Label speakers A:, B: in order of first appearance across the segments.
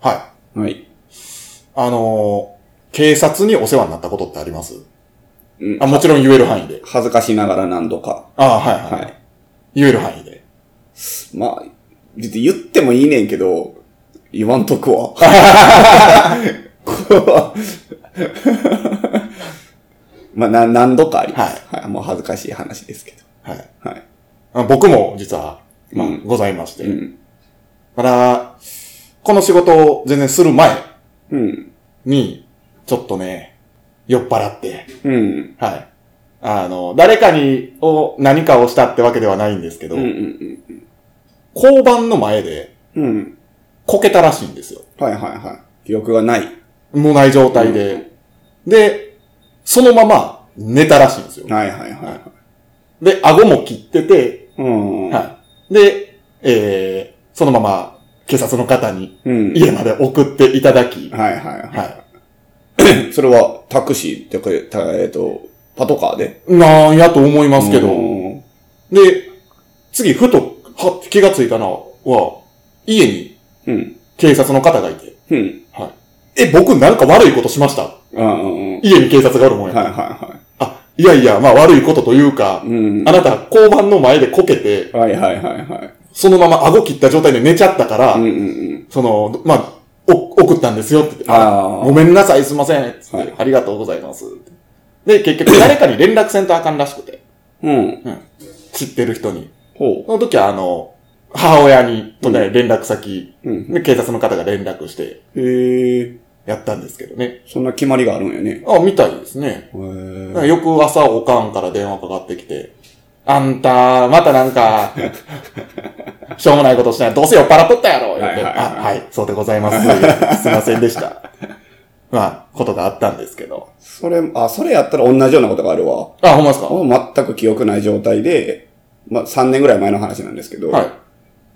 A: はい。
B: はい。
A: あのー警察にお世話になったことってあります
B: うん
A: あ、もちろん言える範囲で。
B: 恥ずかしながら何度か。
A: あはいはい。
B: はい。
A: 言える範囲で。
B: まあ、別に言ってもいいねんけど、言わんとくわ。 まあ、な何度かあります。はい。もう恥ずかしい話ですけ
A: はい。
B: ど。はい。
A: あ僕も実は、まあ、
B: うん
A: ございまして。
B: うん。
A: ただ、この仕事を全然する前
B: うん。
A: に、ちょっとね、酔っ払って、
B: うん。
A: はい。あの、誰かに、を、何かをしたってわけではないんですけど、
B: うん。うん。
A: 交番の前で、
B: うん。うん。
A: こけたらしいんですよ。
B: はいはいはい。記憶がない。
A: もうない状態で。で、そのまま寝たらしいんですよ。
B: はいはいはい。
A: で、顎も切ってて、
B: うん。
A: はい。で、えー、そのまま警察の方に
B: うん。
A: 家まで送っていただき、
B: はいはいは。
A: はい
B: それはタクシーってか、たえっと、パトカーで。
A: い。なんやと思いますけ
B: う
A: ど、
B: ん
A: で、次、ふと、はって気がついたのは、家に
B: うん。
A: 警察の方がいて、
B: うん。
A: え、僕なんか悪いことしました
B: うんうんうん。
A: 家に警察がおるもんや。
B: はいはいは
A: あ、いやいや、まあ悪いことというか
B: い。、うん。
A: あなた交番の前でこけて、
B: はいはいはいはい。
A: そのまま顎切った状態で寝ちゃったから、
B: うんうんうん。
A: その、まあ、お送ったんですよって言って、
B: あ
A: ごめんなさい、すいません。つって
B: はい
A: ありがとうございます。で、結局誰かに連絡せんとあかんらしくて、
B: あ。うん。
A: 知ってる人に。
B: ほ
A: その時は、あの、母親に、とね、連絡先、
B: う。うん。
A: で、警察の方が連絡して、
B: へえ。
A: やったんですけどね。
B: そんな決まりがあるんよね。
A: あ、みたいですね。
B: へ
A: なんか
B: え。
A: 翌朝、おかんから電話かかってきて、あんた、またなん か、しょうもないことしない。どうせ酔っ払っとったやろ言って、
B: はいはいはい
A: あ、はい、そうでございます。すいませんで した。まあ、ことがあったんですけど。
B: それ、あ、それやったら同じようなことがあるわ。
A: あ、ほんまですか
B: もう全く記憶ない状態で、まあ、3年ぐらい前の話なんですけど。。
A: は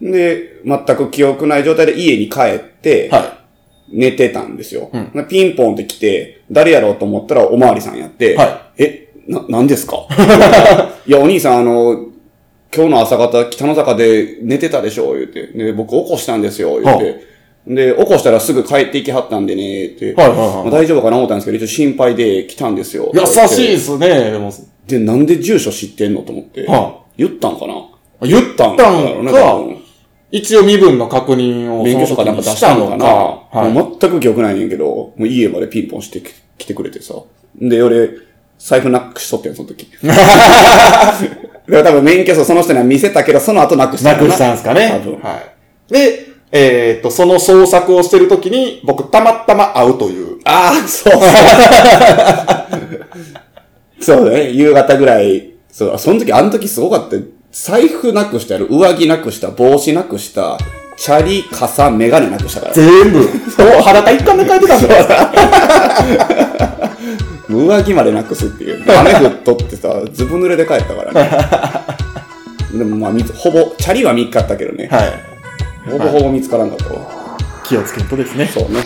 A: い
B: で、全く記憶ない状態で家に帰って、
A: い。は
B: 寝てたんですよ。
A: うん
B: でピンポンって来て、誰やろうと思ったらおまわりさんやって、
A: は
B: え、な、何で すかいや、お兄さん、あの、今日の朝方、北の坂で寝てたでしょ、言うて。で、僕起こしたんですよ、言うて。で、起こしたらすぐ帰っていきはったんでね、って。
A: い。はいはい
B: まあ
A: は
B: 大丈夫かな思ったんですけど、一応心配で来たんですよ。
A: い。優しい
B: い
A: ですね、でも。
B: で、なんで住所知ってんのと思って。
A: は
B: 言ったんかな
A: あ、言ったん
B: だ
A: か
B: ろうね多分
A: 一応身分の確認を
B: 免許証かなんか出したのかな
A: はい。
B: もう全く記憶ないねんけど、もう家までピンポンしてき来てくれてさ。で、俺、財布なくしとってん、そ の時。だから多分免許証その人には見せたけど、その後なくした
A: なくしたん
B: ん
A: ですかね。
B: 多分
A: はい。で、えーっと、その捜索をしてるときに、僕、たまたま会うという。
B: ああ、そう そう。そうだね、夕方ぐらい。そう、その時、あの時すごかったよ。財布なくしたやろ、上着なくした、帽子なくした、チャリ、傘、メガネなくしたから。
A: 全部。そう、裸一貫で書いてたんだよ。
B: 上着までなくすっていう。雨降っとってさ、ずぶ濡れで帰ったからね。でもまあ、みつほぼ、チャリは見っかったけどね。
A: はい。
B: ほぼほぼ見つからんかったわ。
A: 気をつけるとですね。
B: そうね。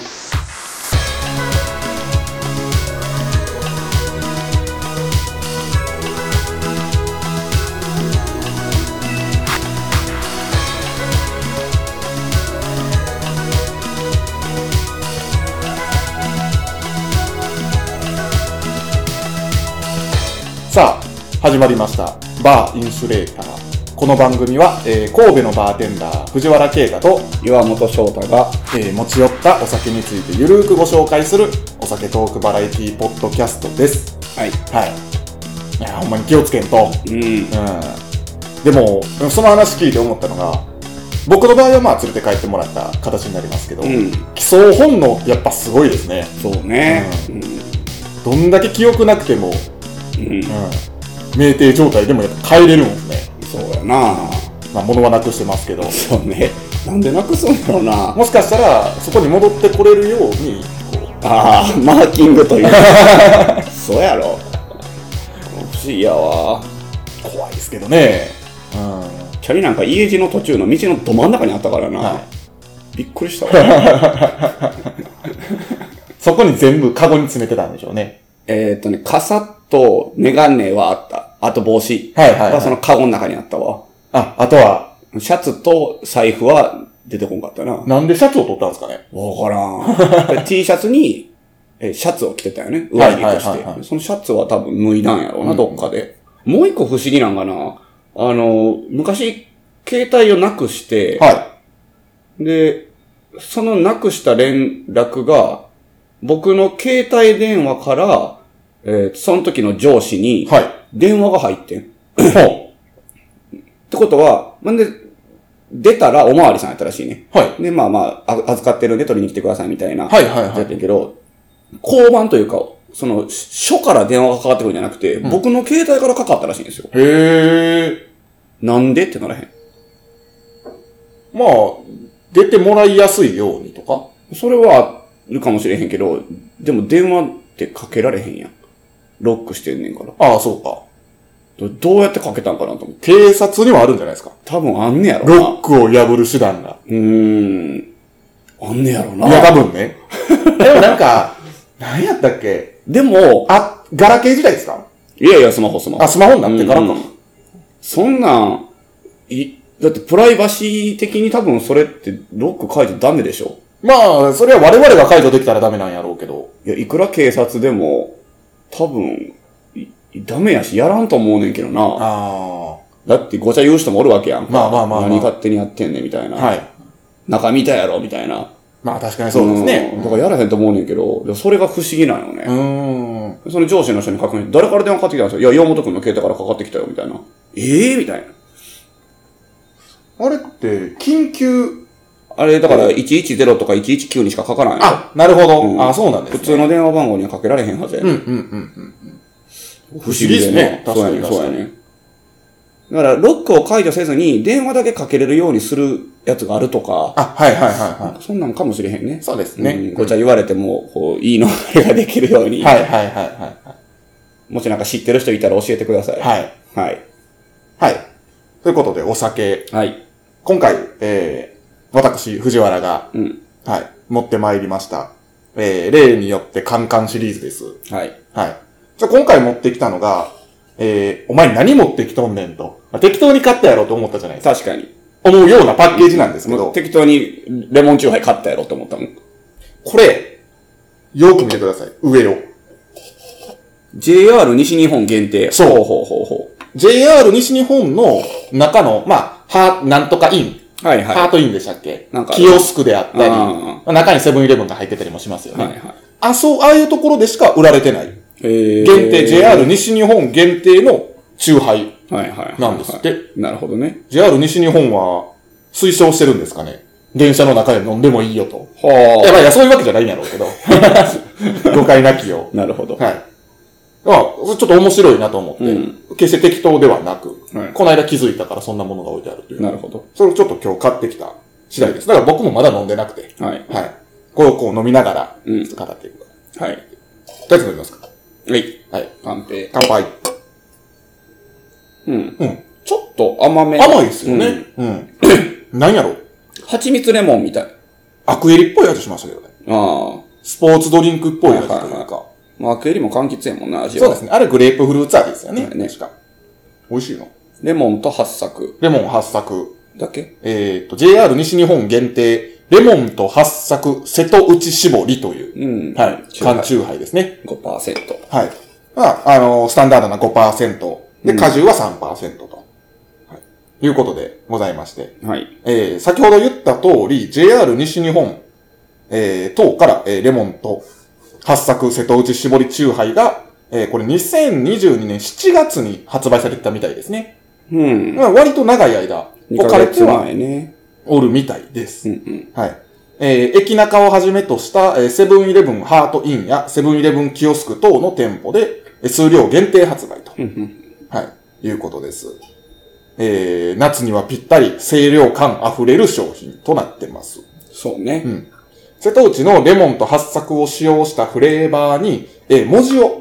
A: さあ、始まりました。バーインシュレーター。この番組は、えー神戸のバーテンダー、藤原啓太と、
B: 岩本翔太が、
A: えー持ち寄ったお酒についてゆるーくご紹介する、お酒トークバラエティポッドキャストです。
B: はい。
A: はい。いや、ほんまに気をつけんと。
B: うん。
A: うんでも、その話聞いて思ったのが、僕の場合はまあ連れて帰ってもらった形になりますけど、
B: うん。
A: 基礎本能ってやっぱすごいですね。
B: そうね。うん。
A: どんだけ記憶なくても、
B: うん。
A: うん、酩酊状態でもやっぱ帰れるんですね。
B: そうやな
A: まあ物はなくしてますけど。
B: そうね。なんでなくすんだろうなあ
A: もしかしたら、そこに戻ってこれるように、
B: あー、マーキングという。そうやろ。不思議やわ。
A: 怖いですけどね。うん。
B: チャリなんか家路の途中の道のど真ん中にあったからな。
A: は
B: びっくりしたわ。
A: い。そこに全部カゴに詰めてたんでしょうね。
B: えっとね、傘とメガネはあった。あと帽子
A: はいはいはい
B: はそのカゴの中にあったわ。
A: あ、あとは、
B: シャツと財布は出てこんかったな。わ
A: なんでシャツを取ったんですかね
B: からん。T シャツに、えシャツを着てたよね。上着と
A: はい
B: し
A: はい
B: て
A: はいは。い
B: そのシャツは多分脱いだんやろうな、
A: うん
B: どっかで。もう一個不思議なんかな。あの、昔、携帯をなくして、
A: は
B: で、そのなくした連絡が、僕の携帯電話から、えーその時の上司
A: い。
B: に、
A: は
B: 電話が入ってん。っ
A: い。ほ
B: てことは、なんで、出たらおまわりさんやったらしいね。
A: うはい。
B: で、まあまあ、あ預かってるんで取りに来てくださいみたいな。
A: はいはいは
B: やっ
A: い。
B: てんけど、交番というか、その、署から電話がかかってくるんじゃなくて、
A: ん
B: 僕の携帯からかかったらしいんですよ。
A: へえ。
B: なんでってならへん。
A: まあ、出てもらいやすいようにとか。
B: それはあるかもしれへんけど、でも電話ってかけられへんやん。ロックしてんねんから。
A: ああ、そうか。
B: どどうやってかけたんかなと思って。
A: 警察にもあるんじゃないですか。
B: 多分あんねやろな。
A: ロックを破る手段が。
B: うーん。あんねやろ
A: いや、
B: な。
A: 多分ね。 でもなんか、何やったっけ
B: でも、
A: あ、ガラケー時代ですか
B: いやいや、スマホスマホ
A: あ、。スマホになってから
B: う
A: か
B: ん。そんなん、い、だってプライバシー的に多分それってロック解除ダメでしょ
A: まあ、それは我々が解除できたらダメなんやろうけど。
B: いや、いくら警察でも、多分、いダメやし、やらんと思うねんけどな。
A: あ
B: だってごちゃ言う人もおるわけやんか。
A: まあまあまあまあ
B: 何勝手にやってんねんみたいな。
A: あ。はい。
B: 中見たやろみたいな。
A: まあ確かにそうです
B: うん
A: ね。
B: だからやらへんと思うねんけど、でそれが不思議なんよ
A: う
B: ね。
A: ーん。
B: その上司の人に確認、誰から電話かかってきたんですよ。いや、山本君の携帯からかかってきたよ、みたいな。ええみたいな。
A: あれって、緊急。
B: あれ、だから、110とか119にしかかからない。
A: あ、なるほど。
B: うん
A: あ、そうなんです、
B: 普
A: ね。
B: 通。の電話番号にはかけられへんはずやね
A: うんうんうん
B: 不思議ですね。
A: 不思議ですね確か
B: そう
A: に
B: やね。そうやね。だから、ロックを解除せずに、電話だけかけれるようにするやつがあるとか、
A: あ、はいはいはいは
B: そんなんかもしれへんね
A: い。。そうです
B: う
A: ね
B: ん。ごちゃ言われても、こう、いいのあれができるように。
A: はいはいはいは
B: もしなんか知ってる人いたら教えてください。
A: い。はい。
B: はい。
A: はい。ということで、お酒。
B: はい。
A: 今回、えー、私、藤原が、
B: うん。
A: はい、持ってまいりました。えー、例によってカンカンシリーズです。
B: はい。
A: はい。じゃあ今回持ってきたのが、えー、お前何持ってきとんねんと。まあ適当に買ったやろうと思ったじゃないです
B: 確かに。
A: か。思うようなパッケージなんですけ
B: も
A: ど
B: う、適当にレモンチューハイ買ったやろって思ったもん。
A: これ、よく見てください。上を。
B: JR 西日本限定。
A: そう
B: ほうほうほうほ
A: JR 西日本の中の、まあ、は、なんとかイン。
B: う。はいはい。
A: ハートインでしたっけ
B: なんか
A: キオスクであったり、
B: あー
A: まあ中にセブンイレブンが入ってたりもしますよね。
B: はいはい。
A: あ、そう、ああいうところでしか売られてない。
B: えー
A: 限定、JR 西日本限定のチューハイ
B: はいはいはい。
A: なんですって。
B: なるほどね。
A: JR 西日本は推奨してるんですかね電車の中で飲んでもいいよと。いや、
B: は
A: まあいや、そういうわけじゃないんやろうけど。 誤解なきよ
B: あ。なるほど。
A: う。はい。まあ、ちょっと面白いなと思って、
B: うん
A: 決して適当ではなく、
B: はい
A: この間気づいたからそんなものが置いてあるという。
B: なるほど。
A: それをちょっと今日買ってきた次第です。だから僕もまだ飲んでなくて、
B: はい。
A: はい。これをこう飲みながら、
B: うん
A: 語っていく。
B: はい。
A: とりあえず飲みますか。
B: はい。
A: はい。
B: 完璧。
A: 乾杯。
B: うん。
A: うん。
B: ちょっと甘め。
A: 甘いですよね。うん。 何やろ
B: 蜂蜜レモンみたい。
A: アクエリっぽい味しましたけどね。
B: ああ。
A: スポーツドリンクっぽい味と
B: はいはい
A: いうか。
B: まあ、アクエリも柑橘やもんな、味は。
A: そうですね。あれグレープフルーツ味ですよね。
B: はいね
A: 確か。美味しいの。
B: レモンと八作
A: レモン8作。
B: だけ
A: えっ、と、JR 西日本限定、レモンと8作、瀬戸内絞りという、
B: うん。
A: はい。缶
B: 缶中
A: 中杯ですね。
B: 5%。
A: はい。まあ、あのスタンダードな5%。で、果汁は3%と。はい。いうことでございまして。
B: はい。
A: えー先ほど言った通り、JR 西日本、えー等から、えーレモンと八作瀬戸内絞りチューハイが、えーこれ2022年7月に発売されてたみたいですね。
B: うん。
A: まあ、割と長い間、
B: 2
A: 置
B: ヶ
A: かれて
B: 月
A: は
B: 前ね。
A: おるみたいです。
B: うんうん。
A: はい。えー駅中をはじめとした、えーセブンイレブンハートインやセブンイレブンキオスク等の店舗で、えー数量限定発売と。
B: うんうん。
A: はい、いうことです。えー、夏にはぴったり清涼感あふれる商品となってます。
B: そうね。
A: 瀬戸内のレモンと八作を使用したフレーバーに、えー、藻塩、
B: うん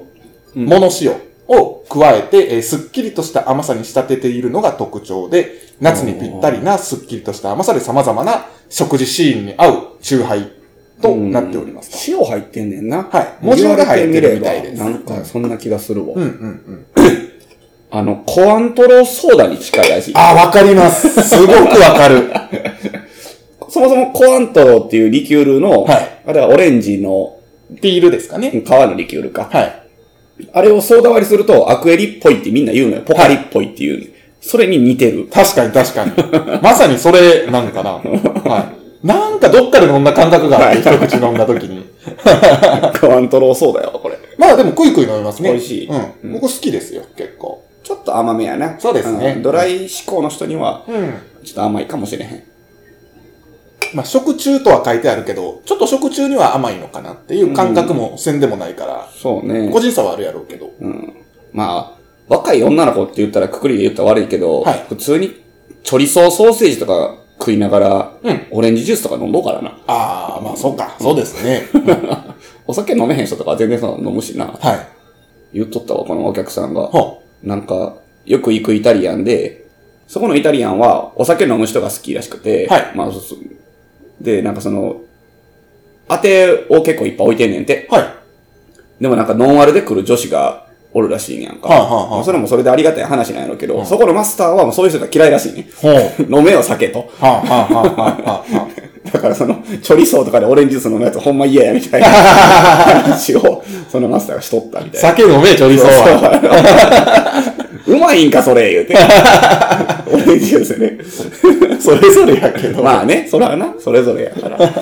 A: 物塩を加えて、えーすっきりとした甘さに仕立てているのが特徴で、夏にぴったりなすっきりとした甘さで様々な食事シーンに合うチューハイとなっております。
B: 塩入ってんねんな。
A: はい文字が入ってるみたいです
B: 言われてみればなんか、そんな気がするわ。
A: うんうんうん。
B: あの、コアントローソーダに近い味。
A: あ、わかります。すごくわかる。
B: そもそもコアントロっていうリキュールの、
A: はい
B: あれはオレンジの
A: ビールですかね。
B: 皮のリキュールか。
A: はい。
B: あれをソーダ割りすると、アクエリっぽいってみんな言うのよ。ポカリっぽいっていう。それに似てる。
A: 確かに確かに。まさにそれなんかな。はい。なんかどっかで飲んだ感覚があって、
B: は
A: 一口飲んだ時に。
B: コアントロそうだよ、これ。
A: まあでも、クイクイ飲みますね。
B: 美味しい
A: うん。僕好きですよ、結構。
B: ちょっと甘めやな。
A: そうですね
B: んドライ思考の人には、
A: うん。
B: ちょっと甘いかもしれへん。
A: まあ、食中とは書いてあるけど、ちょっと食中には甘いのかなっていう感覚もせんでもないから、
B: そうね。
A: 個人差はあるやろうけど。
B: うん。まあ、若い女の子って言ったら、くくりで言ったら悪いけど、
A: はい
B: 普通に、チョリソーソーセージとか食いながら、
A: うん
B: オレンジジュースとか飲んどうからな。
A: ああ、まあそうか。そうですね。
B: お酒飲めへん人とか全然そんなの飲むしな。
A: はい。
B: 言っとったわ、このお客さんが。
A: ほ
B: なんか、よく行くイタリアンで、そこのイタリアンはお酒飲む人が好きらしくて、
A: はい
B: まあ、そうそうで、なんかその、当てを結構いっぱい置いてんねんて。
A: う。はい。は
B: でもなんかノンアルで来る女子がおるらしいんやんか。
A: あ、はあ、
B: まあ
A: は
B: それもそれでありがたい話なんやろうけど、
A: うん
B: そこのマスターはもうそういう人が嫌いらしいね。
A: あ。ほう。
B: 飲めよ酒と。
A: はあ、はあ、はあ、はあ、は
B: だからその、チョリソーとかでオレンジジュース飲むやつほんま嫌やみたいな話を、そのマスターがしとったみ
A: あ。
B: たいな。
A: 酒飲め、ちょりそうは。
B: うまいんか、それ、言うて。オレンジジュースね。
A: それぞれやけど。
B: まあね、それはな、それぞれやから。はい。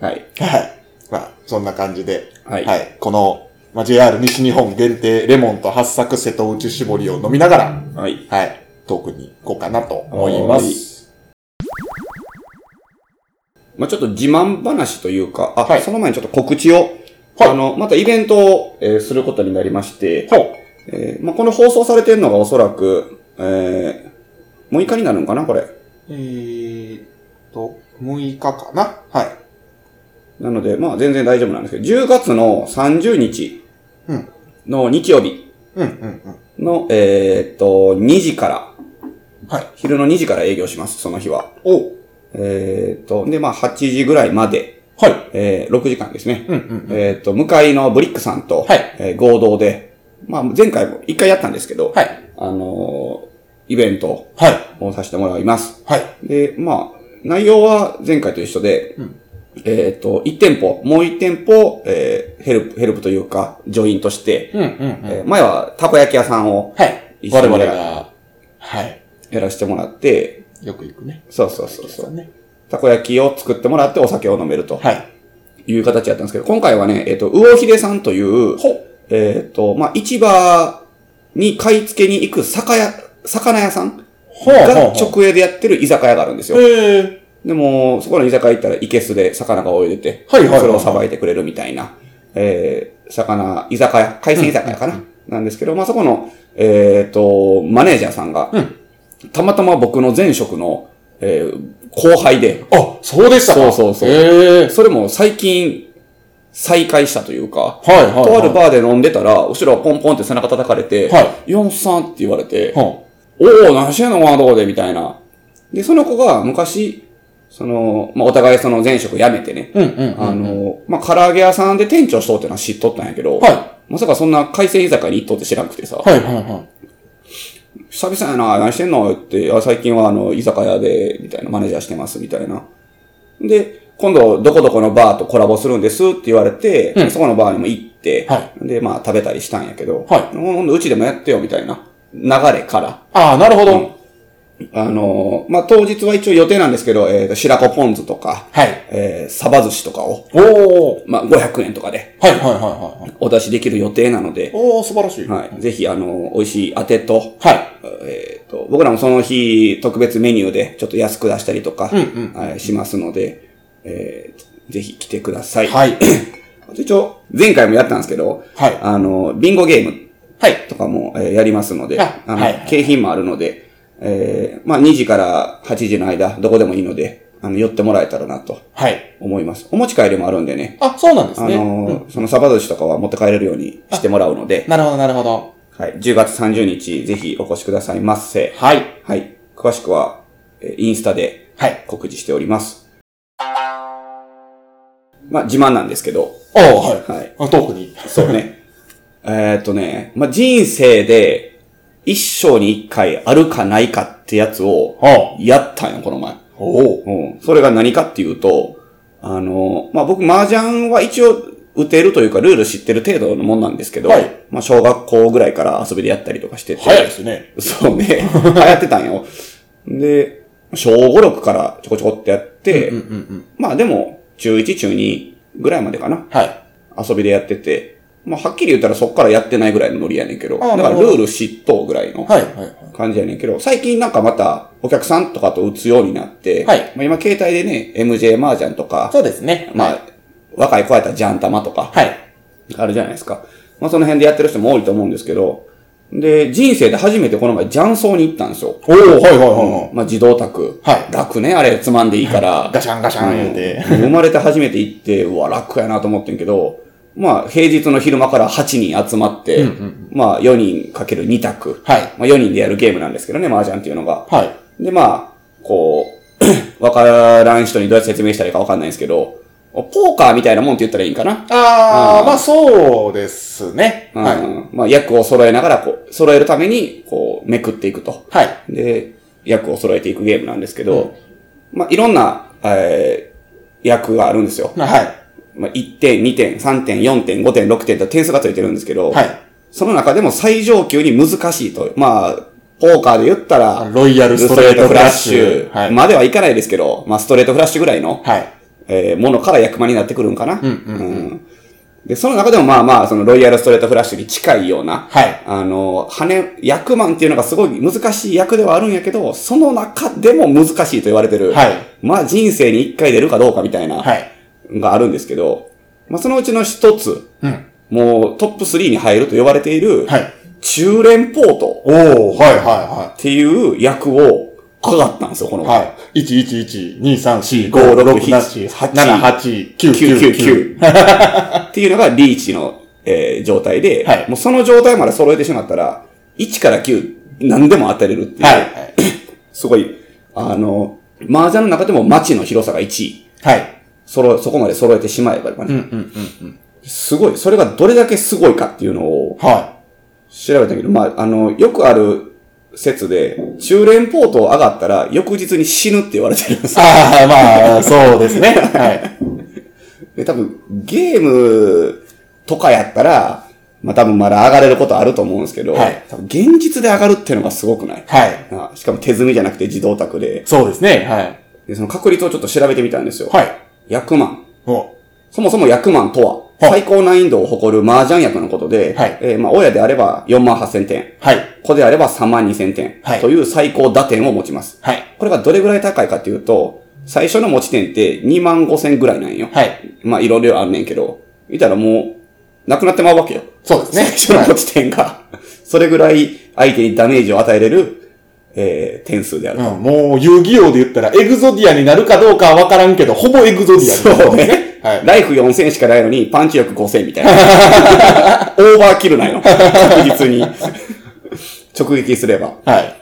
A: はい。まあ、そんな感じで。
B: はい
A: この、まあ、JR 西日本限定レモンと八作瀬戸内絞りを飲みながら、
B: はい。
A: はい。トークに行こうかなと思います。
B: まあちょっと自慢話というか、あ、
A: はい
B: その前にちょっと告知を。
A: はい
B: あの、またイベントを、えーすることになりまして、
A: ほう。
B: えーまあこの放送されてるのがおそらく、えー、6日になるのかな、これ。
A: えーっと、6日かなはい。
B: なので、まあ全然大丈夫なんですけど、10月の30日
A: うん
B: の日曜日
A: うんうんうん。
B: の、えーっと、2時から、
A: はい。
B: 昼の2時から営業します、その日は。
A: お
B: えーっと、で、まあ8時ぐらいまで、
A: はい。
B: えー6時間ですね。
A: うんうん
B: えーっと、向かいのブリックさんと、
A: はい
B: えー合同で、まあ前回も1回やったんですけど、
A: はい。
B: あのーイベント
A: はい。
B: をさせてもらいます。
A: はい。
B: で、まあ、内容は前回と一緒で、
A: うん
B: えーっ、と、1店舗、もう1店舗、えーヘルプ、ヘルプというか、ジョインとして、
A: うんうんうん。
B: えー前はたこ焼き屋さんを
A: はい。
B: 一緒
A: 我
B: に
A: 々が、はい。
B: やらせてもらって、
A: よく行くね。
B: そうそうそうそう。
A: ね。
B: たこ焼きを作ってもらってお酒を飲めると
A: はい。
B: いう形だったんですけど、今回はね、えっ、と、魚秀さんという、えっ、と、まあ、市場に買い付けに行く酒屋、魚屋さん
A: ほうほう
B: が
A: ほ
B: 直営でやってる居酒屋があるんです
A: う。
B: よ。
A: えー。
B: でも、そこの居酒屋行ったら、いけすで魚が泳いでて、
A: はいはいはい
B: それをさばいてくれるみたいな、えー、魚、居酒屋、海鮮居酒屋かな、なんですけど、まあ、そこの、えっ、と、マネージャーさんが、
A: うん
B: たまたま僕の前職の、えー、後輩で、
A: あ、そうでしたか。
B: そうそうそう
A: えー。
B: それも最近、再開したという
A: は
B: か、
A: いはい、はい。
B: とあるバーで飲んでたら、後ろポンポンって背中叩かれて、
A: は
B: ヨンさんって言われて、
A: は
B: おお、何してんのかな、どこで、みたいな。で、その子が昔、その、まあ、お互いその前職辞めてね、
A: うんうん、うん。
B: あ、の、まあ、唐揚げ屋さんで店長しとうってのは知っとったんやけど、
A: は
B: まさかそんな海鮮居酒屋に行っとって知らんくてさ、
A: い。はいはいは
B: 久々やな、何してんのって、あ、最近はあの、居酒屋で、みたいな、マネージャーしてます、みたいな。で、今度、どこどこのバーとコラボするんですって言われて、
A: うん
B: そこのバーにも行って、
A: は
B: で、まあ、食べたりしたんやけど、
A: はい
B: 今度うちでもやってよ、みたいな流れから。
A: い。ああ、なるほど。
B: うんあのーまあ、当日は一応予定なんですけど、えーと、白子ポン酢とか、
A: はい。
B: えー、サバ寿司とかを、
A: おお。
B: まあ、500円とかで
A: はいはいはいはいはい。
B: お出しできる予定なので、
A: おお、素晴らしい。は
B: はい。ぜひ、あのー美味しい当てと、
A: い。
B: えっ、と、僕らもその日、特別メニューでちょっと安く出したりとか、
A: うんうん
B: はい、しますので、えーぜひ来てください。
A: はい。
B: あと一応、前回もやったんですけど、
A: はい
B: あの、ビンゴゲーム
A: はい。
B: とかも、えーやりますので、
A: あ
B: あの、
A: はい
B: 景品もあるので、えーまあ2時から8時の間、どこでもいいので、あの、寄ってもらえたらなと
A: はい。
B: 思います。お持ち帰りもあるんでね、
A: あ、そうなんです
B: あ
A: ね。
B: の
A: う
B: ー
A: ん
B: そのサバ寿司とかは持って帰れるようにしてもらうので、
A: なるほどなるほど。
B: はい、10月30日、ぜひお越しくださいませ。
A: はい。
B: はい。詳しくは、えーインスタで
A: はい。
B: 告知しております。まあ、自慢なんですけど、
A: おおはい。
B: はい。
A: あ、特に。
B: そうね。えーっとね、まあ、人生で、一生に一回あるかないかってやつを、
A: はあ。
B: やったんよ、この前。
A: おう。
B: うん。それが何かっていうと、あの、まあ、僕、麻雀は一応、打てるというか、ルール知ってる程度のもんなんですけど、
A: はい
B: まあ、小学校ぐらいから遊びでやったりとかしてて、
A: 早いですね。
B: そうね、流行ってたんよ。で、小5、6からちょこちょこってやって、
A: うんうんうん。
B: まあでも、中1、中2ぐらいまでかな、
A: はい。
B: 遊びでやってて、まあ、はっきり言ったらそっからやってないぐらいのノリやねんけど、
A: あ
B: だ
A: あ
B: から
A: なる
B: ル
A: ほど
B: ール知っとうぐらいの
A: はい。はい。
B: 感じやねんけど、最近なんかまたお客さんとかと打つようになって、
A: はい
B: まあ今携帯でね、MJ 麻雀とか、
A: そうですね。
B: まあ、若い子やったらジャン玉とか、
A: はい。はい。
B: あるじゃないですか。まあその辺でやってる人も多いと思うんですけど、で、人生で初めてこの前、雀荘に行ったんですよ。
A: おおはいはいはいは
B: まあ、自動卓。
A: はい
B: 楽ね、あれ、つまんでいいから
A: い。。 ガシャンガシャン言うて。
B: うん生まれて初めて行って、うわ、楽やなと思ってんけど、まあ、平日の昼間から8人集まって、
A: うんう
B: まあ、4人かける2択。
A: はい。
B: まあ、4人でやるゲームなんですけどね、麻雀っていうのが。
A: はい。
B: で、まあ、こう、 わからん人にどうやって説明したらいいかわかんないんですけど、ポーカーみたいなもんって言ったらいいんかな。
A: あ
B: う
A: ー、
B: ん
A: まあそうですね。
B: うん
A: はい。
B: まあ、役を揃えながら、こう、揃えるために、こう、めくっていくと。
A: はい。
B: で、役を揃えていくゲームなんですけど、まあ、いろんな、えー、役があるんですよ。
A: はい。
B: まあ、1点、2点、3点、4点、5点、6点と点数がついてるんですけど、
A: はい。
B: その中でも最上級に難しいと。まあ、ポーカーで言った
A: あ
B: ら、
A: ロイヤルストレートフラッシ
B: ストレート
A: ュ。
B: フラッ
A: はい。
B: まではいかないですけど、まあ、ストレートフラッシュぐらいの、
A: はい。
B: えーものから役満になってくるんかな。
A: んうんう
B: うんで、その中でもまあまあ、そのロイヤルストレートフラッシュに近いような、
A: はい。
B: あの、羽、役満っていうのがすごい難しい役ではあるんやけど、その中でも難しいと言われてる。
A: はい
B: まあ人生に一回出るかどうかみたいな、
A: はい。
B: があるんですけど、まあそのうちの一つ、
A: うん。
B: もうトップ3に入ると呼ばれている、
A: はい。
B: 中連ポート
A: おおはいは
B: っていう役をかかったんですよ、この
A: い
B: 前
A: はい。はい。1112345678999。
B: っていうのがリーチの、えー状態で、
A: はい
B: もうその状態まで揃えてしまったら、1から9、何でも当てれるっていう、
A: はい。
B: すごい、あの、麻雀の中でも街の広さが1位。
A: はい。
B: そろ、そこまで揃えてしまえばね、
A: うんうんうんうん。
B: すごい。それがどれだけすごいかっていうのを
A: は
B: 調べたけど、まあ、あの、よくある説で、中連ポートを上がったら、翌日に死ぬって言われてるんです
A: い。ああ、まあ、そうですね。はい。
B: で、多分、ゲームとかやったら、まあ、多分まだ上がれることあると思うんですけど、
A: はい
B: 多分現実で上がるっていうのがすごくない
A: はい。
B: あしかも手積みじゃなくて自動卓で
A: そうですね。はい。
B: で、その確率をちょっと調べてみたんですよ。
A: はい。
B: 役満。
A: お
B: そもそも役満とは、
A: はい
B: 最高難易度を誇る麻雀役のことで、
A: はい
B: えーまあ、親であれば4万8000点、
A: はい。
B: 子であれば3万2000点、
A: はい
B: という最高打点を持ちます。
A: はい。
B: これがどれぐらい高いかっていうと、最初の持ち点って2万5000ぐらいなんよ。
A: はい。
B: まあ、いろいろあんねんけど、見たらもう、なくなってまうわけよ。
A: そうですね。
B: 最初の持ち点が、それぐらい相手にダメージを与えれる、えー、点数である。
A: うん、もう、遊戯王で言ったら、エグゾディアになるかどうかはわからんけど、ほぼエグゾディアになる
B: そうね。
A: はい。
B: ライフ4000しかないのに、パンチ力5000みたい な。オーバーキルなんよ。確実に。直撃すれば。
A: はい。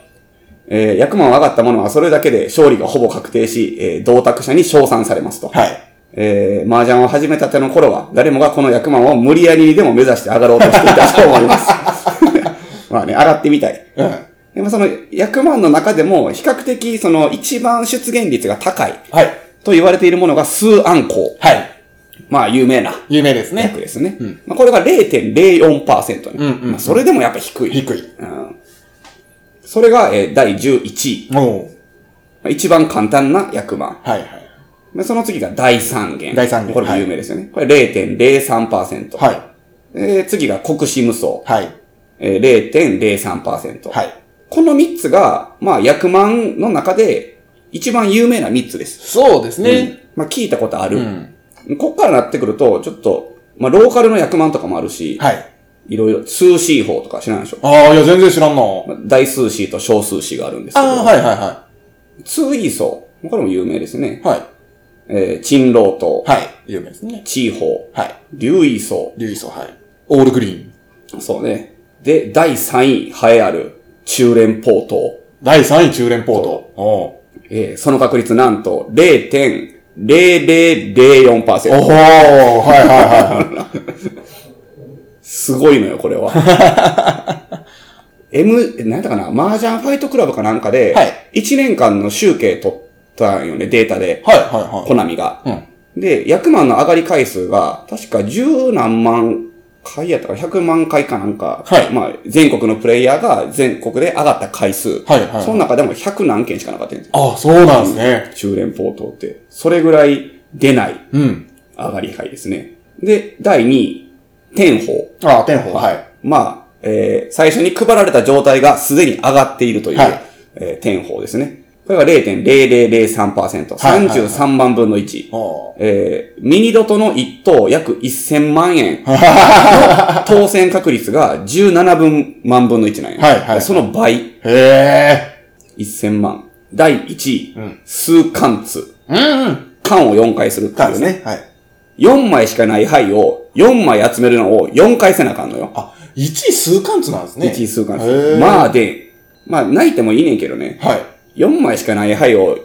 B: えー、役満を上がった者はそれだけで勝利がほぼ確定し、えー、同卓者に称賛されますと。
A: はい。
B: えー、麻雀を始めたての頃は、誰もがこの役満を無理やりにでも目指して上がろうとしていたと思い ます。まあね、上がってみたい。
A: うん。
B: でもその役満の中でも、比較的その一番出現率が高い
A: はい。
B: と言われているものが数暗号。
A: はい。
B: まあ有名な
A: 有名です
B: 役
A: ね。
B: ですね。
A: うん
B: まあ、これが0.04%ね。
A: うんうんうん
B: まあ、それでもやっぱ低い。
A: 低い。
B: うんそれが、えー第11位。
A: おう
B: まあ一番簡単な役満。
A: はいはい。
B: まあその次が第3弦。
A: 第三元
B: これも有名ですよね。これ0.03%。
A: はい。
B: えー次が国士無双。
A: はい。
B: えー、0.03%。
A: はい。
B: この3つが、まあ、役満の中で、一番有名な3つです。
A: そうですね。
B: うんまあ、聞いたことあ
A: う
B: る。
A: ん。
B: こっからなってくると、ちょっと、まあ、ローカルの役満とかもあるし、
A: はい。
B: いろいろ、数詞法とか知らないでしょ
A: ああ、いや、全然知らんな。あ
B: まあ大数詞と小数詞があるんですけど、
A: あー、はいはいは
B: 通位層。これも有名ですね
A: い。。はい。
B: えー、陳老と、
A: はい。有名ですね。
B: 地方、
A: はい。
B: 竜位層。
A: リュウイソ、はい。オールグリーン。
B: そうね。で、第3位、栄えある、中連ポート。
A: 第3位、中連ポート。おう
B: えー、その確率なんと0.0004%。
A: おほー、はいはいはいはい。
B: すごいのよ、これは。 M、えなんだかな、麻雀ファイトクラブかなんかで、
A: はい
B: 1年間の集計取ったんよね、データで、
A: はいはい
B: コナミが。
A: はい。
B: で、役満の上がり回数が、確か十何万回やったか、100万回かなんか、
A: はい
B: まあ、全国のプレイヤーが全国で上がった回数、
A: うん。はいはい。
B: その中でも100何件しかなかったんです
A: あ、そうなんですね。
B: 中連ポートって。それぐらい出ない
A: うん。
B: 上がり回ですね。で、第2位、天宝。
A: あ、天保。はい。
B: まあ、えー最初に配られた状態がすでに上がっているという、
A: はい
B: えー天保ですね。これが
A: はいはい
B: 0.0003%。
A: はい
B: 33万分の1。
A: お
B: えーミニドトの1等約1000万円の当選確率が17分万分の1なんや。
A: はいはい
B: その倍、
A: ーへ
B: 1000万。第1位、
A: うん
B: 数貫通。
A: ー。うんうん。
B: 缶を4回するって
A: か
B: い
A: で
B: う
A: す
B: ね。
A: ね。はい。
B: 4枚しかない牌を4枚集めるのを4回せなあかんのよ。
A: あ、1位数貫通なんですね。
B: 1位数貫
A: へ
B: 通。
A: ー
B: まあで、まあ泣いてもいいねんけどね。
A: は
B: 4枚しかない牌を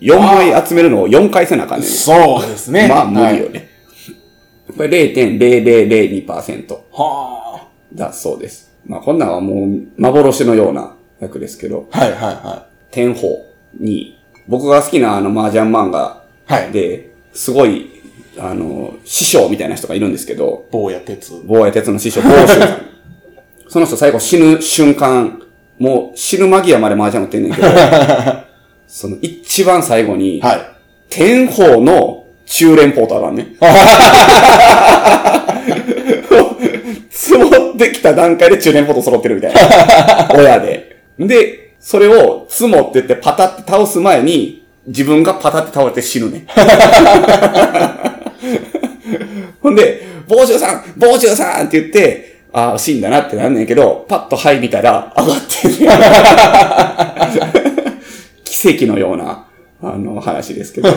B: 4枚集めるのを4回せなあかん
A: い。
B: ねんね。
A: そうですね。
B: まあ無
A: はい
B: 理よね。これ0.0002%
A: は
B: だそうです。まあこんなんはもう幻のような役ですけど、
A: あ。はいはいは
B: 天宝に、僕が好きなあの麻雀漫画
A: い。はい。
B: で、すごい、あの、師匠みたいな人がいるんですけど、
A: 坊や鉄。
B: 坊や哲の師匠、坊主さん。 その人最後死ぬ瞬間、もう死ぬ間際まで麻雀持ってんね んけど、その一番最後に、
A: はい。
B: 天宝の中連ポーターがね。積もってきた段階で中連ポート揃ってるみたいな。親で。で、それを積もってってパタって倒す前に、自分がパタって倒れて死ぬね。ほんで、傍受さん傍受さんって言って、ああ、死んだなってなんねんけど、パッと灰見たら上がってる、奇跡のような、あの、話で すけど。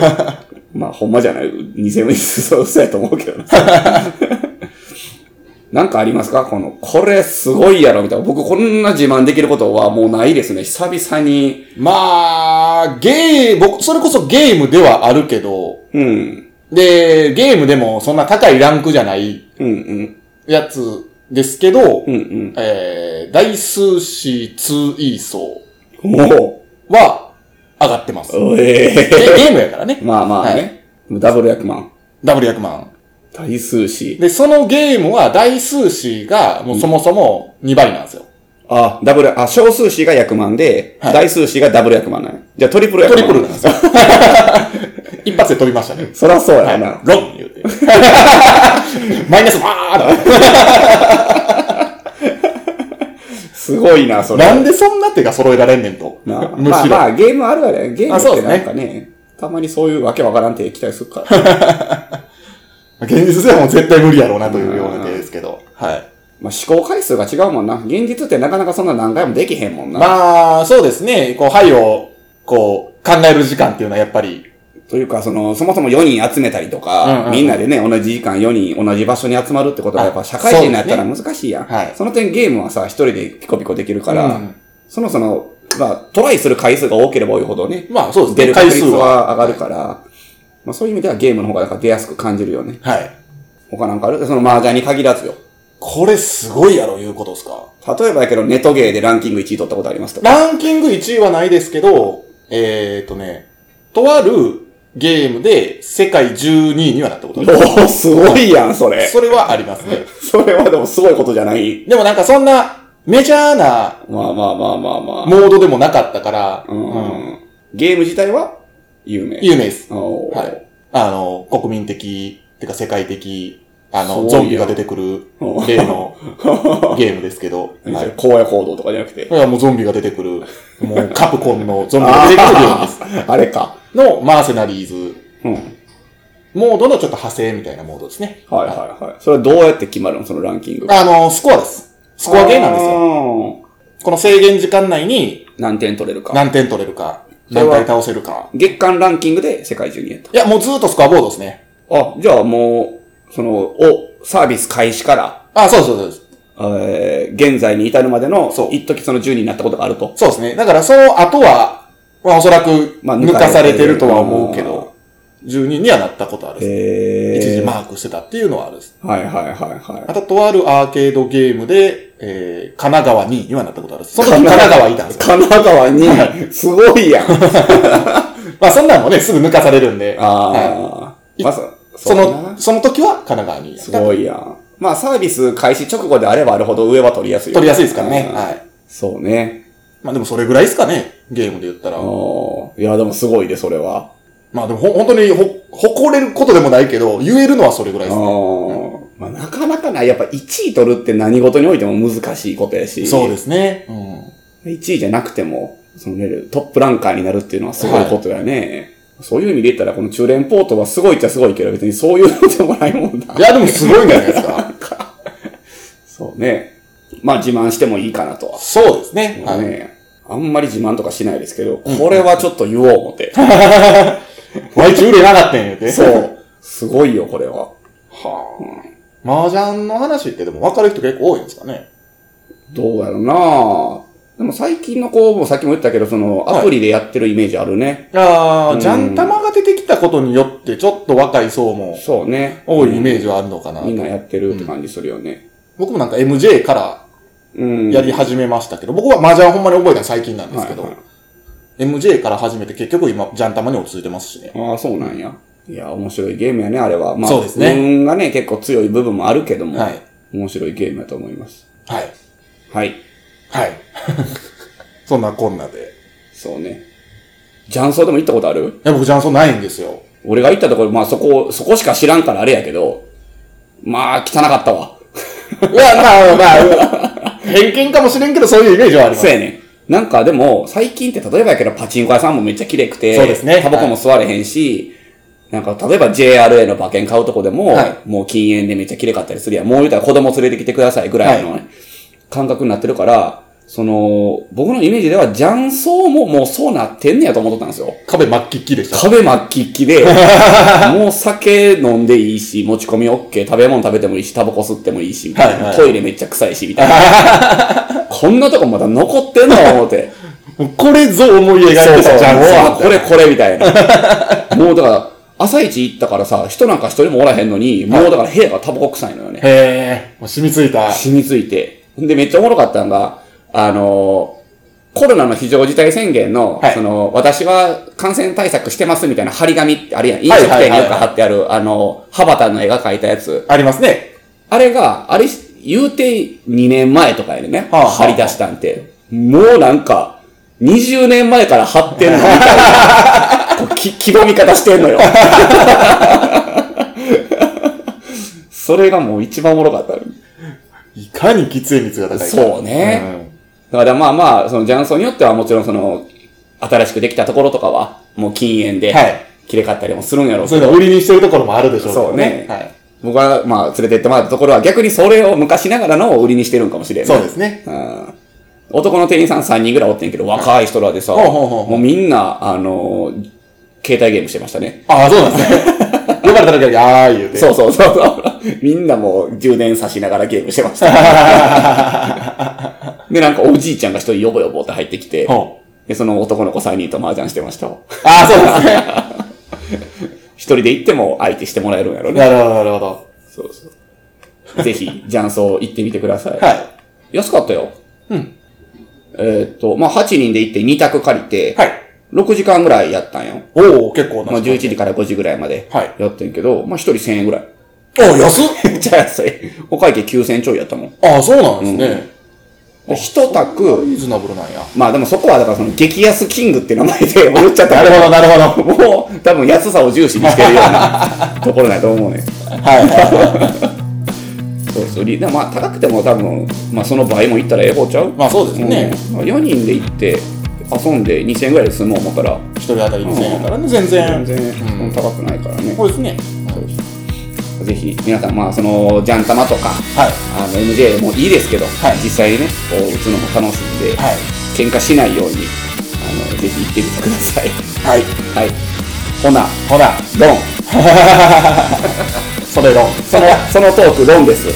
B: まあ、ほんまじゃない。偽物そうそうやと思うけどな。 なんかありますかこの、これすごいやろみたいな。僕こんな自慢できることはもうないですね。久々に。
A: まあ、ゲー、僕、それこそゲームではあるけど、
B: うん。
A: で、ゲームでもそんな高いランクじゃない
B: うんうん。
A: やつですけど、
B: うんうん。
A: えー、大数詞2位層
B: も
A: は上がってます。
B: う、え
A: でゲームやから
B: え
A: ね。
B: まあまあね。ダブル役満。
A: ダブル100万。
B: 大数詞。
A: で、そのゲームは大数詞がもうそもそも2倍なんですよ。
B: あ、ダブル、あ、小数詞が役満で、
A: はい
B: 大数詞がダブル役満なんやじゃあトリプル
A: ト
B: 役満。
A: リプルなんですよ。 一発で飛びましたね。
B: そらそうや
A: は
B: ろ
A: い
B: な。。
A: ロン言うて。 マイナスバーン
B: すごいな、それ。
A: なんでそんな手が揃えられんねんと。
B: なあ
A: む
B: まあ
A: しろ。
B: まあ、ゲームあるわね。ゲーム
A: あそう
B: っ
A: で
B: て
A: すね
B: なんかね、たまにそういうわけわからん手期待するから。
A: 現実ではもう絶対無理やろうなというような手ですけど。はい。
B: まあ、思考回数が違うもんな。現実ってなかなかそんな何回もできへんもんな。
A: まあ、そうですね。こう、はいを、こう、考える時間っていうのはやっぱり、
B: というか、その、そもそも4人集めたりとか、
A: うんうんうん
B: みんなでね、同じ時間4人同じ場所に集まるってことがやっぱ社会人になったら難しいやん。
A: そうですねはい
B: その点ゲームはさ、一人でピコピコできるから、
A: うん
B: そのその、まあ、トライする回数が多ければ多いほどね、
A: まあそうですね。
B: 出る確率
A: 回数は。
B: は上がるから、まあそういう意味ではゲームの方がなんか出やすく感じるよね。
A: はい。
B: 他なんかあるその麻雀に限らずよ。
A: これすごいやろ、いうことですか。
B: 例えばやけど、ネトゲーでランキング1位取ったことありますとか。
A: ランキング1位はないですけど、えーとね、とあるゲームで世界12位にはなったことある
B: おお、すごいやん、それ。
A: それはありますね。
B: それはでもすごいことじゃない。
A: でもなんかそんなメジャーな
B: まあまあまあまあま
A: モ
B: あ。
A: ードでもなかったから、うん
B: うん。ゲーム自体は有名。
A: 有名です。
B: おー
A: はい。あの、国民的、てか世界的、あ
B: そう
A: の、
B: よ
A: ゾンビが出てくる例 のゲームですけど、
B: 何
A: は
B: そ
A: い
B: れ。荒野行動とかじゃなくて
A: い。や、もうゾンビが出てくる、もうカプコンのゾンビが出てくるゲームです。
B: あれか。
A: の、マーセナリーズ
B: うん。はい
A: モードのちょっと派生みたいなモードですね。
B: はいはい。それはどうやって決まるのそのランキング。
A: あの、スコアです。スコアゲーなんですよ。
B: よ。
A: この制限時間内に
B: 何点取れるか。
A: 何点取れるか、
B: それ
A: 何
B: は
A: 回倒せるか。
B: 月間ランキングで世界中にやった。
A: いや、もうずっとスコアボードですね。
B: あ、じゃあもう、その、お、サービス開始から、
A: あ、そうそうそうです。
B: えー、現在に至るまでの、
A: そう
B: 一時その10人になったことがあると。
A: そうですね。だからその後は、まあおそらく抜かされてるとは思うけど、10人にはなったことあるです。
B: えー、
A: 一時マークしてたっていうのはあるです。
B: はいはいはいはい。
A: あと、とあるアーケードゲームで、えー、神奈川に今なったことある。その時神奈川にいたんですよ。
B: 神奈川に、すごいやん。
A: まあそんなんもね、すぐ抜かされるんで、
B: ああ。まあ、そ
A: そ
B: そうやな
A: の、その時は神奈川にいた
B: すごいやん。まあ、サービス開始直後であればあるほど上は取りやすいよ。
A: 取りやすいですからね。
B: うん
A: はい。
B: そうね。
A: まあでもそれぐらいですかね。ゲームで言ったら
B: あ。のいや、でもすごいで、それは。
A: まあでもほ、本当にほ、誇れることでもないけど、言えるのはそれぐらい
B: あ
A: ですね。
B: のまあ、なかなかない。やっぱ1位取るって何事においても難しいことやし。
A: そうですね。うん。
B: 1位じゃなくても、そのレベルトップランカーになるっていうのはすごいことやね。そういう意味で言ったら、この中連ポートはすごいっちゃすごいけど、別にそういうのでもないもんだ
A: い。や、でもすごいんじゃないです か。
B: そうね。まあ自慢してもいいかなとは。
A: そうですね。はい。
B: ねあんまり自慢とかしないですけど、これはちょっと言おう思って。
A: ワイチ売れなかったんやて。
B: そ。う。すごいよ、これは。
A: はあ。麻雀の話ってでも分かる人結構多いんですかね。
B: どうやろうなでも最近の子もさっきも言ったけど、その
A: はい
B: アプリでやってるイメージあるね。
A: あ
B: う
A: あ、
B: ん
A: ジャン玉が出てきたことによって、ちょっと若い層も
B: そうね。
A: 多いイメージはあるのかな。
B: みんなやってるって感じするよね。
A: 僕もなんか MJ から
B: うん。
A: やり始めましたけど、僕は麻雀ほんまに覚えたの最近なんですけど、
B: はいはい
A: MJ から始めて結局今、ジャン玉に落ち着いてますしね。
B: ああ、そうなんや。いや、面白いゲームやね、あれは。まあ、
A: そうですね
B: 運がね、結構強い部分もあるけども、
A: はい。
B: 面白いゲームやと思います。
A: はい。
B: はい。
A: はい。そんなこんなで。
B: そうね。ジャンソーでも行ったことある
A: いや、僕ジャンソンないんですよ。
B: 俺が行ったところ、まあそこ、そこしか知らんからあれやけど、まあ、汚かったわ。
A: いや、まあまあ、 偏見かもしれんけど、そういうイメージはあります
B: そう。やね。なんかでも、最近って例えばやけどパチンコ屋さんもめっちゃ綺麗くて、
A: そうですね
B: タバコも吸われへんし、なんか例えば JRA の馬券買うとこでも、
A: はい
B: もう禁煙でめっちゃ綺麗かったりするやん。もう言うたら子供連れてきてくださいぐらいのね、感覚になってるから、その、僕のイメージでは雀荘ももうそうなってんねやと思っとったんですよ。
A: 壁真っ黄っきでした。
B: 壁真っきっ きで、もう酒飲んでいいし、持ち込み OK、食べ物食べてもいいし、タバコ吸ってもいいし、みたいな
A: はいはい
B: トイレめっちゃ臭いし、みたいな。 こんなとこまだ残ってんの思って。
A: もうこれぞ思い描いて
B: そうそう、
A: たジャン
B: もう
A: ソン
B: あ。これこれみたいな。もうだから、朝一行ったからさ、人なんか一人もおらへんのに、もうだから部屋がタバコ臭いのよね。
A: へえ、もう染みついた。
B: 染みついて。で、めっちゃおもろかったのが、あのーコロナの非常事態宣言の、
A: はい
B: その、私は感染対策してますみたいな張り紙ってあるやん。飲食店によく貼ってある、あのー、羽ばたの絵が描いたやつ。
A: ありますね。
B: あれが、あれ、言うて2年前とかやでね、
A: はあはあ
B: 貼り出したんて。もうなんか、20年前から貼ってんのみ たいな、こうき、きぼみ方してんのよ。それがもう一番おもろかった。
A: いかに喫煙率が高いか。
B: そうねだからまあまあ、そのジャンソンによってはもちろんその、新しくできたところとかは、もう禁煙で、
A: はい
B: 綺麗かったりもするんやろ
A: う。
B: うん
A: そういうのを売りにしてるところもあるでしょうけど
B: そうね
A: はい。
B: 僕はまあ連れてってもらったところは逆にそれを昔ながらのを売りにしてるんかもしれんない。
A: そうですね。
B: うん男の店員さん3人ぐらいおってんけど、若い人らでさ、
A: ほうほうほう
B: もうみんな、あのー、携帯ゲームしてましたね。
A: ああ、そうなん ですね。呼ばれた時は、ああー言うて。
B: そうそうそう そう。みんなもう充電さしながらゲームして ました。で、なんかおじいちゃんが一人ヨボヨボって入ってきて、
A: ほう
B: で、その男の子3人と麻雀してました。
A: ああ、そうなんですね。
B: 一人で行っても相手してもらえるんやろ ね。
A: なるほど、なるほど。
B: そうそう。ぜひ、雀荘行ってみてください。
A: は
B: 安かったよ。
A: うん。
B: えーっと、まあ、8人で行って2択借りて、
A: い。はい。
B: 6時間ぐらいやったんよ。
A: おお結構な。
B: まあ、11時から5時ぐらいまで
A: はい
B: やってんけど、まあ、1人1000円ぐらい。
A: あ、安っ
B: めっちゃ安い。お会計9000円ちょいやったもん。
A: ああ、そうなんですね。
B: で一
A: リ
B: 択、
A: ーズナブルなんや。
B: まあでもそこはだからその激安キングって名前で 言っちゃった
A: なるほど、なるほど。
B: もう多分安さを重視にしてるような ところだと思うね。
A: は
B: そうそう。でまあ高くても多分、まあその倍も行ったらええ方ちゃ
A: い。
B: う
A: まあそうですね。
B: うんまあ4人で行って遊んで2000円ぐらいで済もう思ったら、
A: 一人当たり2000円やからね、全然。
B: 全然そんな高くないからね。
A: そうですね。
B: ぜひ皆さん、まあその、ジャン玉とか、
A: はい。
B: あの MJ もいいですけど、
A: はい
B: 実際にね、こう打つのも楽しんで、
A: はい。
B: 喧嘩しないように、あの、ぜひ行ってみてください。
A: はい。
B: はい。ほな、
A: ほら、
B: ドン。
A: それ論。
B: その、そのトーク、ドンです。